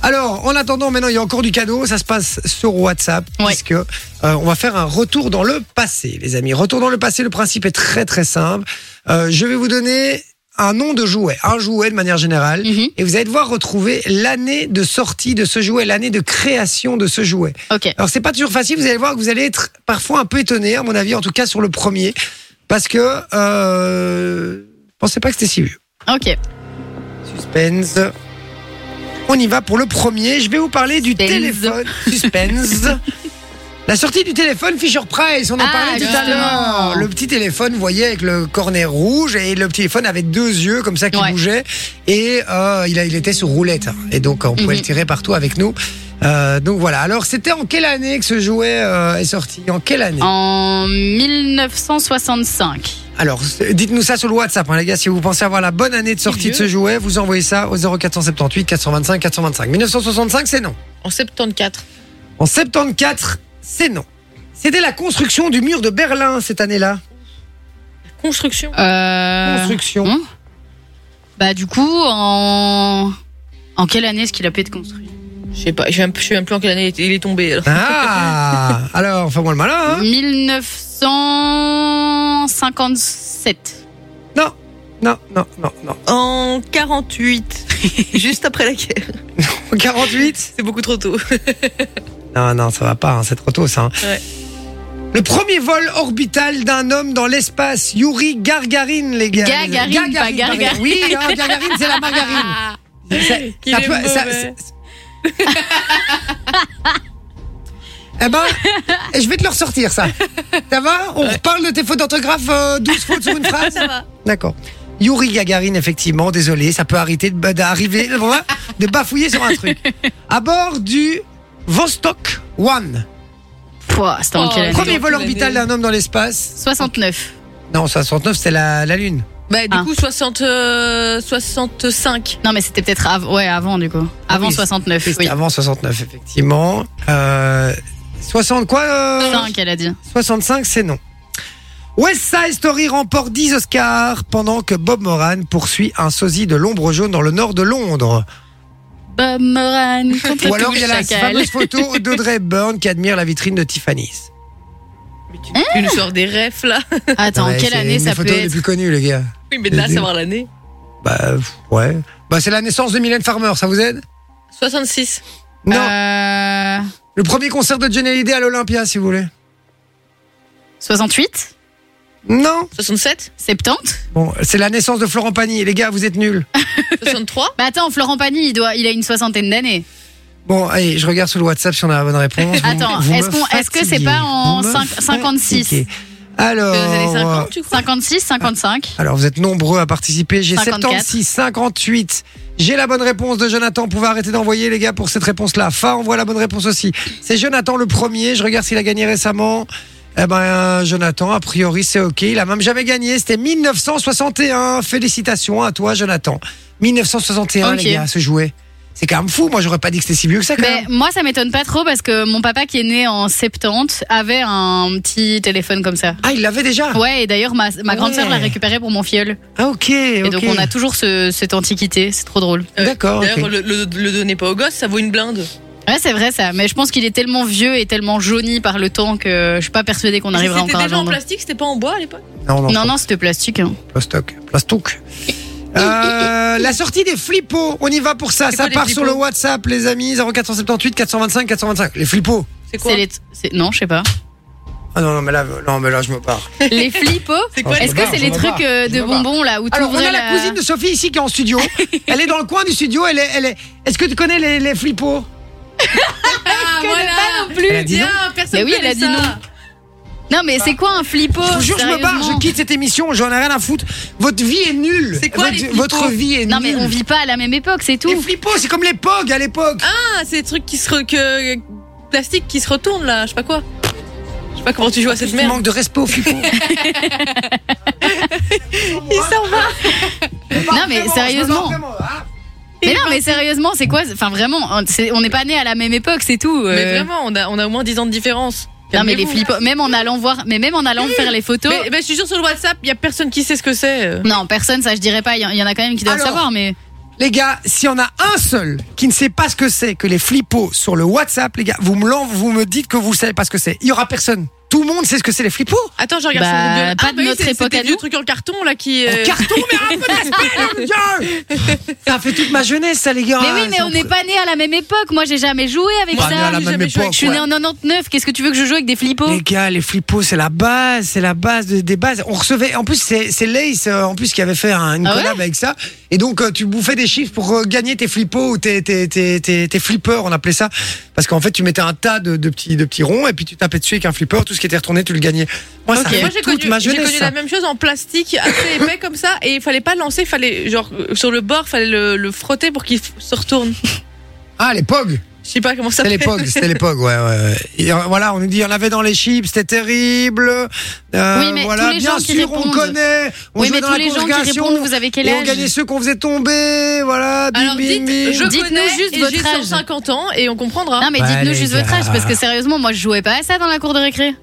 Alors, en attendant, maintenant, il y a encore du cadeau. Ça se passe sur WhatsApp. Ouais. Parce que euh, on va faire un retour dans le passé, les amis. Retour dans le passé, le principe est très très simple. Euh, je vais vous donner un nom de jouet, un jouet de manière générale. Mhm. Et vous allez devoir retrouver l'année de sortie de ce jouet, l'année de création de ce jouet. Ok. Alors c'est pas toujours facile, vous allez voir que vous allez être parfois un peu étonné, à mon avis, en tout cas sur le premier, parce que euh, je pensais pas que c'était si vieux. Ok. Suspense. On y va pour le premier. Je vais vous parler du Suspense. téléphone. Suspense. La sortie du téléphone Fisher Price, on en Ah, parlait tout à justement. l'heure. Le petit téléphone, vous voyez, avec le cornet rouge, et le petit téléphone avait deux yeux comme ça qui Ouais. bougeaient, et euh, il, a- il était sur roulette. hein. Et donc on pouvait Mhm. le tirer partout avec nous. Euh, donc voilà. Alors c'était en quelle année que ce jouet euh, est sorti En quelle année En 1965. alors, c- dites-nous ça sur le WhatsApp, hein, les gars. Si vous pensez avoir la bonne année de sortie de ce jouet, vous envoyez ça au 0478 425 425. 1965, c'est non. En 74. En 74, c'est non. C'était la construction du mur de Berlin cette année-là. Construction. Euh, Construction. bon. Bah du coup, en en quelle année est-ce qu'il a pu être construit Je sais pas, je sais même- je sais même plus en quelle année il est- il est tombé. alors. Ah Alors, fais-moi le malin, Mmh. hein 1957. Non, non, non, non, non. En 48. Juste après la guerre. En 48 C'est beaucoup trop tôt. Non, non, ça va pas, hein, c'est trop tôt, ça. hein. Ouais. Le premier vol orbital d'un homme dans l'espace, Yuri Gargarin, les gars. Gagarine, pas pardon. Gargarine. Oui, hein, Gargarine, c'est la margarine. Ah, Ça- Il ça est peut- mauvais. ça- ça- Eh ben, je vais te le ressortir, ça. Ça va On reparle de tes fautes d'orthographe, euh, 12 fautes sur une phrase Ça va. D'accord. Yuri Gagarine, effectivement, désolé, ça peut arrêter de, bah, d'arriver, de bafouiller sur un truc. À bord du Vostok One, pouah, C'était en Oh, quelle année premier vol L'année. orbital d'un homme dans l'espace. 69. Non, 69, c'est la, la Lune. Bah, du Ah. coup, 60, euh, 65. Non mais c'était peut-être av- ouais, avant du coup. Avant Ah oui, 69. C'était Oui. avant 69, effectivement. Euh, 60 quoi euh, 5 elle a dit. 65, c'est non. West Side Story remporte 10 Oscars pendant que Bob Moran poursuit un sosie de l'ombre jaune dans le nord de Londres. Bob Moran contre Ou alors tout il y a la chacal. fameuse photo d'Audrey Byrne qui admire la vitrine de Tiffany's. Mais tu, Ah. tu nous sors des refs là. Attends, Ouais, quelle c'est année une ça des peut photos les être plus connues, les gars. Oui, mais de là, à savoir l'année. Bah, pff, ouais. Bah, c'est la naissance de Mylène Farmer, ça vous aide 66. Non. Euh, Le premier concert de Johnny Hallyday à l'Olympia, si vous voulez. 68 Non. 67. 70 Bon, c'est la naissance de Florent Pagny. Les gars, vous êtes nuls. 63. Bah attends, Florent Pagny, il, doit, il a une soixantaine d'années. Bon, allez, je regarde sur le WhatsApp si on a la bonne réponse. Vous- Attends, vous est-ce me qu'on- est-ce que c'est fatiguez. pas en Vous me cinq- 56? fatiguez. Alors, Dans les Euh, années 50, tu crois 56, 55 Alors vous êtes nombreux à participer. J'ai 54. 76, 58. J'ai la bonne réponse de Jonathan. Vous pouvez arrêter d'envoyer les gars pour cette réponse-là. Fa envoie la bonne réponse aussi. C'est Jonathan le premier. Je regarde s'il a gagné récemment. Eh ben Jonathan, a priori c'est ok. Il a même jamais gagné. C'était 1961. Félicitations à toi Jonathan. 1961 Ok. les gars, ce jouet. C'est quand même fou. Moi j'aurais pas dit que c'était si vieux que ça quand Mais même. moi, ça m'étonne pas trop parce que mon papa qui est né en 70 avait un petit téléphone comme ça. Ah il l'avait déjà. Ouais, et d'ailleurs, ma, ma grande Ouais. sœur l'a récupéré pour mon filleul. Ah ok. Et donc, on a toujours ce- cette antiquité. C'est trop drôle. Euh, D'accord. D'ailleurs, Ah, ok. le, le, le donnez pas au gosse, ça vaut une blinde. Ouais, c'est vrai ça. Mais je pense qu'il est tellement vieux et tellement jauni par le temps que je suis pas persuadée qu'on C'était arrivera encore hein. à déjà en vendre. plastique, c'était pas en bois à l'époque Non, euh, non, Non, non, c'était plastique. hein. Plastoc. Plastoc. Euh, la sortie des flippos, on y va pour ça. C'est Ça quoi, les part sur le flippos WhatsApp, les amis. 0478 425 425. Les flippos. C'est quoi C'est les. c'est- Non, je sais pas. Ah non, non, mais là, non, mais là je me pars. les flippos C'est Oh, quoi je les- Est-ce me que barre, c'est je les me trucs barre, euh, je de me barre. bonbons là où tu Alors, on a Euh. la cousine de Sophie ici qui est en studio. Elle est dans le coin du studio. Elle est. Elle est... Est-ce que tu connais les, les flippos Oh, Ah, voilà. non Elle a dit non. personne Mais oui, elle a connaît dit ça. non. mais c'est quoi un flippo Je vous jure, je me barre, sérieusement je quitte cette émission, j'en ai rien à foutre. Votre vie est nulle. C'est quoi, votre, les flippos votre vie est Non mais nulle. on vit pas à la même époque, c'est Les tout. flippos, c'est comme les POG à l'époque. Ah, c'est des trucs qui se re... que... plastique qui se retournent là, je sais pas quoi. Je sais pas comment tu joues à cette Il merde. manque de respect aux flippos. Il s'en va. Non, mais sérieusement. Mais non mais sérieusement, c'est quoi Enfin vraiment, on- c'est- on n'est pas né à la même époque, c'est tout. euh. Mais vraiment, on a, on a au moins 10 ans de différence. Non mais les Calmez-vous. flippos, même en allant voir, mais même en allant faire les photos. Mais, mais je suis sûre sur le WhatsApp, il y a personne qui sait ce que c'est. Non, personne, ça je dirais pas. Il y en- il y en a quand même qui doivent Alors. savoir, mais Les gars, s'il y en a un seul qui ne sait pas ce que c'est que les flippos sur le WhatsApp, les gars, vous me, l'en- vous me dites que vous savez pas ce que c'est. Il y aura personne. Tout le monde sait ce que c'est les flippos. Attends, je regarde Bah, sur Google. Ah, pas de oui, notre c'est- époque c'était à vieux nous. truc en carton là qui. euh, Carton, mais un peu d'esprit, mon Dieu Ça a fait toute ma jeunesse, ça, les gars. Mais oui, mais on n'est pas nés à la même époque. Moi, j'ai jamais joué avec Bah, mais à ça. la J'ai même jamais joué avec- époque, Je suis ouais. née en 99. Qu'est-ce que tu veux que je joue avec des flippos Les gars, les flippos, c'est la base, c'est la base de- des bases. On recevait, en plus, c'est c'est Lace, euh, en plus, qui avait fait un, une Ah ouais collab avec ça. Et donc, euh, tu bouffais des chiffres pour euh, gagner tes flippos ou tes, tes, tes, tes, tes flippers, on appelait ça. Parce qu'en fait, tu mettais un tas de, de, petits, de petits ronds et puis tu tapais dessus avec un flipper, tout ce qui était retourné, tu le gagnais. Moi, ça Ok. fait Moi j'ai toute connu, ma j'ai jeunesse. connu la même chose en plastique assez épais comme ça et il fallait pas lancer, fallait genre euh, sur le bord, fallait le, le frotter pour qu'il f- se retourne. Ah, les pogs Je sais pas comment ça C'était s'appelle. l'époque, c'était l'époque, ouais, ouais, ouais. Et, euh, voilà, on nous dit, il y en avait dans les chips, c'était terrible. Euh, Oui, mais voilà, tous les bien gens qui sûr, on répondent. connaît. On Oui, jouait mais dans tous la les gens qui congrégation, répondent, vous avez quel Et on âge gagnait ceux qu'on faisait tomber, voilà, bim, Alors bim, dites, bim. je Dites-nous connais juste et votre j'ai âge. 150 ans et on comprendra. Non, mais Bah, dites-nous les juste votre gars. âge parce que sérieusement, moi, je jouais pas à ça dans la cour de récré.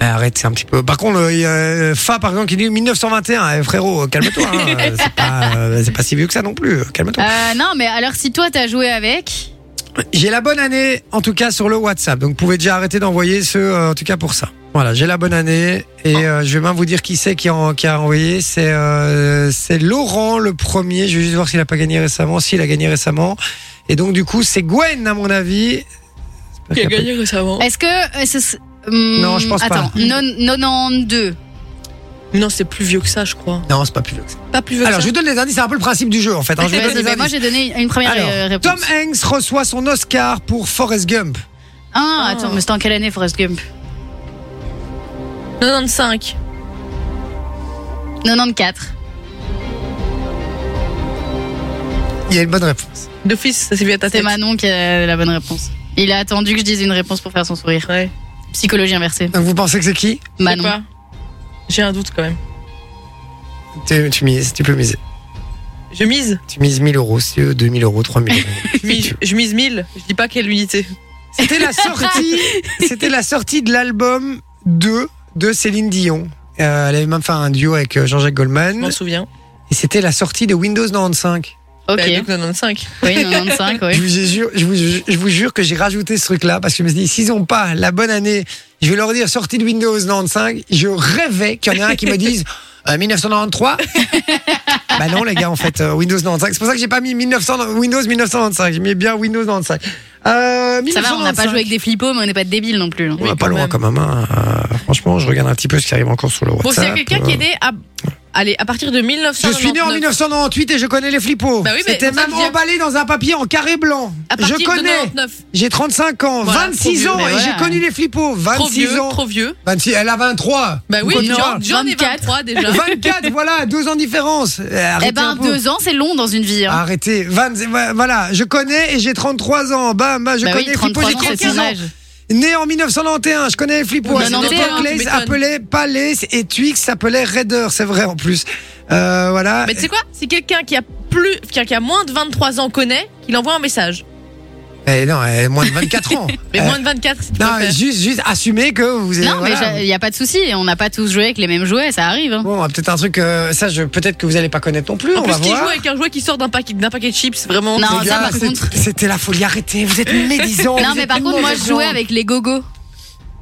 Eh, Arrête, c'est un petit peu. Par contre, euh, il y a euh, Fa, par exemple, qui dit 1921. Eh, frérot, euh, calme-toi. hein. Euh, c'est pas, euh, c'est pas si vieux que ça non plus. euh, Calme-toi. Euh, non, mais alors si toi t'as joué avec, Ah. J'ai la bonne année, en tout cas, sur le WhatsApp. Donc, vous pouvez déjà arrêter d'envoyer ceux, euh, en tout cas, pour ça. Voilà, j'ai la bonne année. Ah. Et euh, je vais même vous dire qui c'est qui, en- qui a envoyé. C'est euh, c'est Laurent, le premier. Je vais juste voir s'il a pas gagné récemment. S'il a gagné récemment. Et donc, du coup, c'est Gwen, à mon avis. Ah. J'espère qu'il y a pas- récemment est-ce que. euh, ce- ce- hum, Non, je pense pas. Attends, non- 92. Non, c'est plus vieux que ça, je crois. Non, c'est pas plus vieux que ça. Pas plus vieux Alors, que je ça. vous donne les indices, c'est un peu le principe du jeu en fait. hein. Je vous donne Vas-y, les bah, moi indices. j'ai donné une première Alors, euh, réponse. Tom Hanks reçoit son Oscar pour Forrest Gump. Ah, Ah. attends, mais c'était en quelle année Forrest Gump 95. 94. Il y a une bonne réponse. D'office, ça s'est bien à ta C'est tête. Manon qui a la bonne réponse. Il a attendu que je dise une réponse pour faire son sourire. Ouais. Psychologie inversée. Donc vous pensez que c'est qui Je sais Manon. pas. J'ai un doute quand même. tu, tu mises, tu peux miser. Je mise. Tu mises 1000 euros, si tu veux, 2000 euros, 3000 euros. Je mise, je mise 1000. Je dis pas quelle unité. C'était la sortie, c'était la sortie de l'album 2 de Céline Dion. Euh, elle avait même fait un duo avec euh, Jean-Jacques Je Goldman. m'en souviens. Et c'était la sortie de Windows 95. Ok. Bah, donc 95. Oui, 95, Je, oui. vous jure, je, vous jure, je vous jure que j'ai rajouté ce truc-là parce que je me suis dit, s'ils n'ont pas la bonne année, je vais leur dire sortie de Windows 95. Je rêvais qu'il y en ait un qui me dise euh, 1993. bah non, les gars, en fait, euh, Windows 95. C'est pour ça que j'ai pas mis 1900, Windows 1995. J'ai mis bien Windows 95. Euh, Ça va, on n'a pas 1995. joué avec des flippos, mais on n'est pas débiles non plus. hein. On va Oui, pas quand loin même. quand même. hein. Euh, franchement, je regarde un petit peu ce qui arrive encore sur le WhatsApp. euh. Bon, s'il y a quelqu'un qui est né à. Allez, à partir de Je 1999. suis né en 1998 et je connais les flippos. Bah oui, mais C'était c'est pour ça même que je dis- emballé dans un papier en carré blanc. À partir Je connais. De 99. J'ai 35 ans, Voilà, 26 trop ans vieux, et mais j'ai ouais. connu les flippos. Trop 26 vieux, ans. trop vieux. 26, elle a 23. Bah oui, Pourquoi tu John, parles John est 24. 23 déjà. 24, voilà, deux ans de différence. Eh, Arrêtez. Eh ben, un peu. Ah, deux ans, c'est long dans une vie. hein. Arrêtez. 20, ouais, voilà, je connais et j'ai 33 ans. Bam, bam, je bah connais oui, les flippos, 33 j'ai ans, c'est 36 son ans. âge. Né en 1991, je connais les flippos. À cette 91, époque, tu Lace m'étonnes. appelait pas Lace et Twix s'appelait Raider, c'est vrai en plus. Euh, voilà. Mais tu sais quoi Si quelqu'un qui a plus, qui a, qui a moins de 23 ans connaît, qu'il envoie un message. Eh non, eh, moins de 24 ans. Mais Eh, moins de 24, c'est non, pas faire. juste, juste assumer que vous êtes. Non, mais il n'y a pas de souci. On n'a pas tous joué avec les mêmes jouets, ça arrive. hein. Bon, peut-être un truc, euh, ça, je, peut-être que vous allez pas connaître non plus. En on plus, va qui joue voir. avec un jouet qui sort d'un paquet, d'un paquet de chips, vraiment. Non, Les ça, gars, par c'est- contre- C'était la folie, arrêtez, vous êtes médisants. Non, vous mais êtes par contre, moi, je médisants. jouais avec les gogos.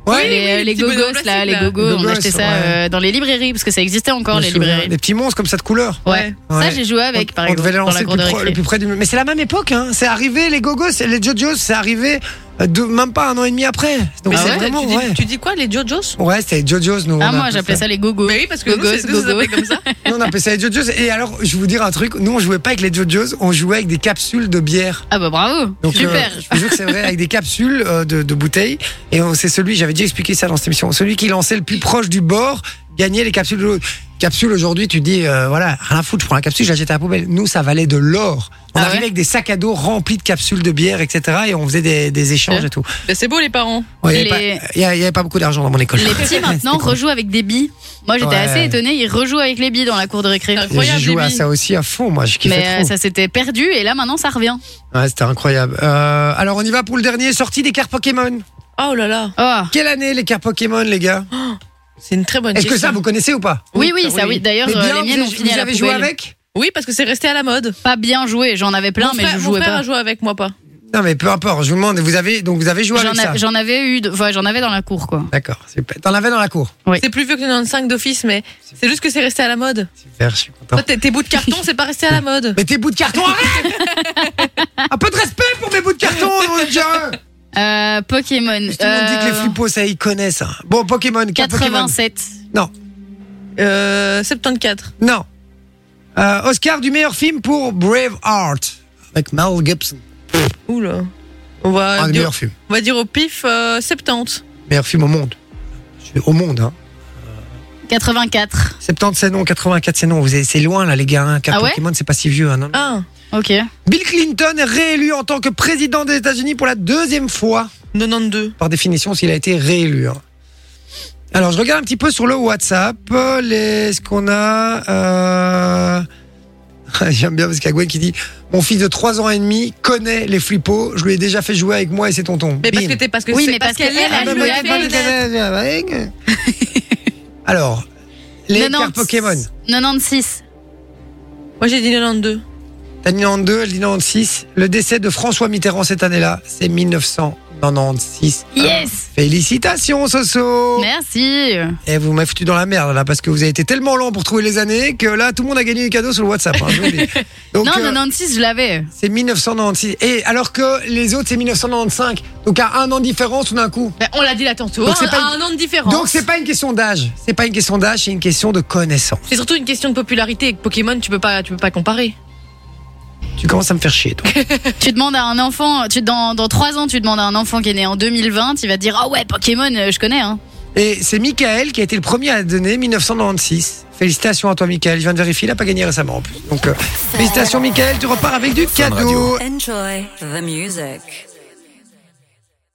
Ouais. les oui, euh, les les petits bonhommes gogos, là, les plastiques, là. gogos, Les on gogos, achetait ça ouais. euh, dans les librairies, parce que ça existait Je encore, me les souviens, librairies. Des petits monstres comme ça de couleur. Ouais. Ça, Ouais. j'ai joué avec, on, par on exemple, devait les dans la lancer le cour plus, de pro- récré. le plus près du. Mais c'est la même époque, hein. C'est arrivé, les gogos, les jojos, c'est arrivé euh, deux- même pas un an et demi après. Donc Mais c'est c'est vrai, vraiment, Ah tu, dis, ouais. tu dis quoi, les Jojos Ouais, c'était les jojos, nous. on Ah, a moi, appelé j'appelais ça les gogos. Bah oui, parce que nous, Gogos, c'est nous, ça gogos. s'appelait comme ça. Nous, on appelait ça les jojos. Et alors, je vais vous dire un truc. Nous, on jouait pas avec les jojos, on jouait avec des capsules de bière. Ah, bah bravo. Donc, Super. euh, je vous jure que c'est vrai, avec des capsules euh, de, de bouteilles. Et on- c'est celui, j'avais déjà expliqué ça dans cette émission, celui qui lançait le plus proche du bord gagnait les capsules de l'autre. Capsule aujourd'hui, tu dis, euh, voilà, rien à foutre, je prends la capsule, je la jette à la poubelle. Nous, ça valait de l'or. On Ah arrivait ouais avec des sacs à dos remplis de capsules de bière, etc. Et on faisait des, des échanges Ouais. et tout. Bah, c'est beau, les parents. Ouais, Il n'y Les- avait, pas- il y a- il y avait pas beaucoup d'argent dans mon école. Les petits, maintenant, C'était cool. rejouent avec des billes. Moi, j'étais Ouais. assez étonnée, ils rejouent avec les billes dans la cour de récré. Incroyable. J'ai joué à Bibi. ça aussi à fond, moi, je kiffais Mais euh, trop. ça s'était perdu, et là, maintenant, ça revient. Ouais, c'était incroyable. Euh, alors, on y va pour le dernier, sortie des cartes Pokémon. Oh là là, Oh. Quelle année les cartes Pokémon, les gars c'est une très bonne Est-ce que question. ça, vous connaissez ou pas Oui, oui, ça, oui. D'ailleurs, Mais euh, bien, les miennes vous ont avez- fini vous à la avez joué poubelle. avec Oui, parce que c'est resté à la mode. Pas bien joué, j'en avais plein, mon mais frère, je mon jouais frère a pas. joué avec moi pas. Non, mais peu importe, je vous demande, vous avez, donc vous avez joué J'en avec ça a- J'en avais eu, de- ouais, j'en avais dans la cour, quoi. D'accord, super. T'en avais dans la cour Oui. C'est plus vieux que 95 d'office, mais c'est juste que c'est resté à la mode. Super, je suis content. Toi, tes tes bouts de carton, c'est pas resté à la mode. Mais tes bouts de carton, arrête Un peu de respect pour mes bouts de carton, mon Dieu Euh, Pokémon. Tout le monde dit que les euh, flippos, ça, ils connaissent. hein. Bon, Pokémon, quel Pokémon 87. Non, Euh, 74. non. Euh, Oscar du meilleur film pour Braveheart, avec Mel Gibson. Euh, Ah, Oula. On va, Un des dire, meilleurs films. on va dire au pif euh, 70. Meilleur film au monde. Je vais Au monde, hein. 84. 70 c'est non, 84 c'est non. Vous avez- C'est loin là les gars. hein, car Ah ouais Pokémon c'est pas si vieux. hein, non, non. Ah, Ok. Bill Clinton est réélu en tant que président des États-Unis pour la deuxième fois. 92. par définition s'il a été réélu. hein. Alors, je regarde un petit peu sur le WhatsApp. euh, les- ce qu'on a. euh, J'aime bien parce qu'il y a Gwen qui dit Mon fils de 3 ans et demi connaît les flippos. Je lui ai déjà fait jouer avec moi et ses tontons. Mais parce Bim. que t'es parce que Oui, c'est mais parce parce qu'elle qu'elle, est Ah, elle bah, elle joue bah, le avec bah, fait. bah, bah, bah, bah. Alors, les cartes 90. Pokémon. 96. Moi j'ai dit 92. T'as dit 92, elle dit 96. Le décès de François Mitterrand cette année-là, c'est 1996. Yes. Félicitations, Soso Merci. Et vous m'avez foutu dans la merde là parce que vous avez été tellement lent pour trouver les années que là tout le monde a gagné des cadeaux sur le WhatsApp. hein, je vous le dis. Donc non, euh, 96, je l'avais. c'est 1996. Et alors que les autres c'est 1995. Donc à un an de différence tout d'un coup. Ben, on l'a dit là tantôt. Donc, c'est un, pas un an de différence. Donc c'est pas une question d'âge. C'est pas une question d'âge, c'est une question de connaissance. C'est surtout une question de popularité. Avec Pokémon, tu peux pas, tu peux pas comparer. Tu commences à me faire chier toi. Tu demandes à un enfant, tu, dans, dans 3 ans, tu demandes à un enfant qui est né en 2020, il va te dire Ah ouais, Pokémon, euh, je connais. Hein. Et c'est Michael qui a été le premier à donner 1996. Félicitations à toi Michael. Je viens de vérifier, il a pas gagné récemment en plus. Donc euh, félicitations Michael, tu repars avec du cadeau. Enjoy the music.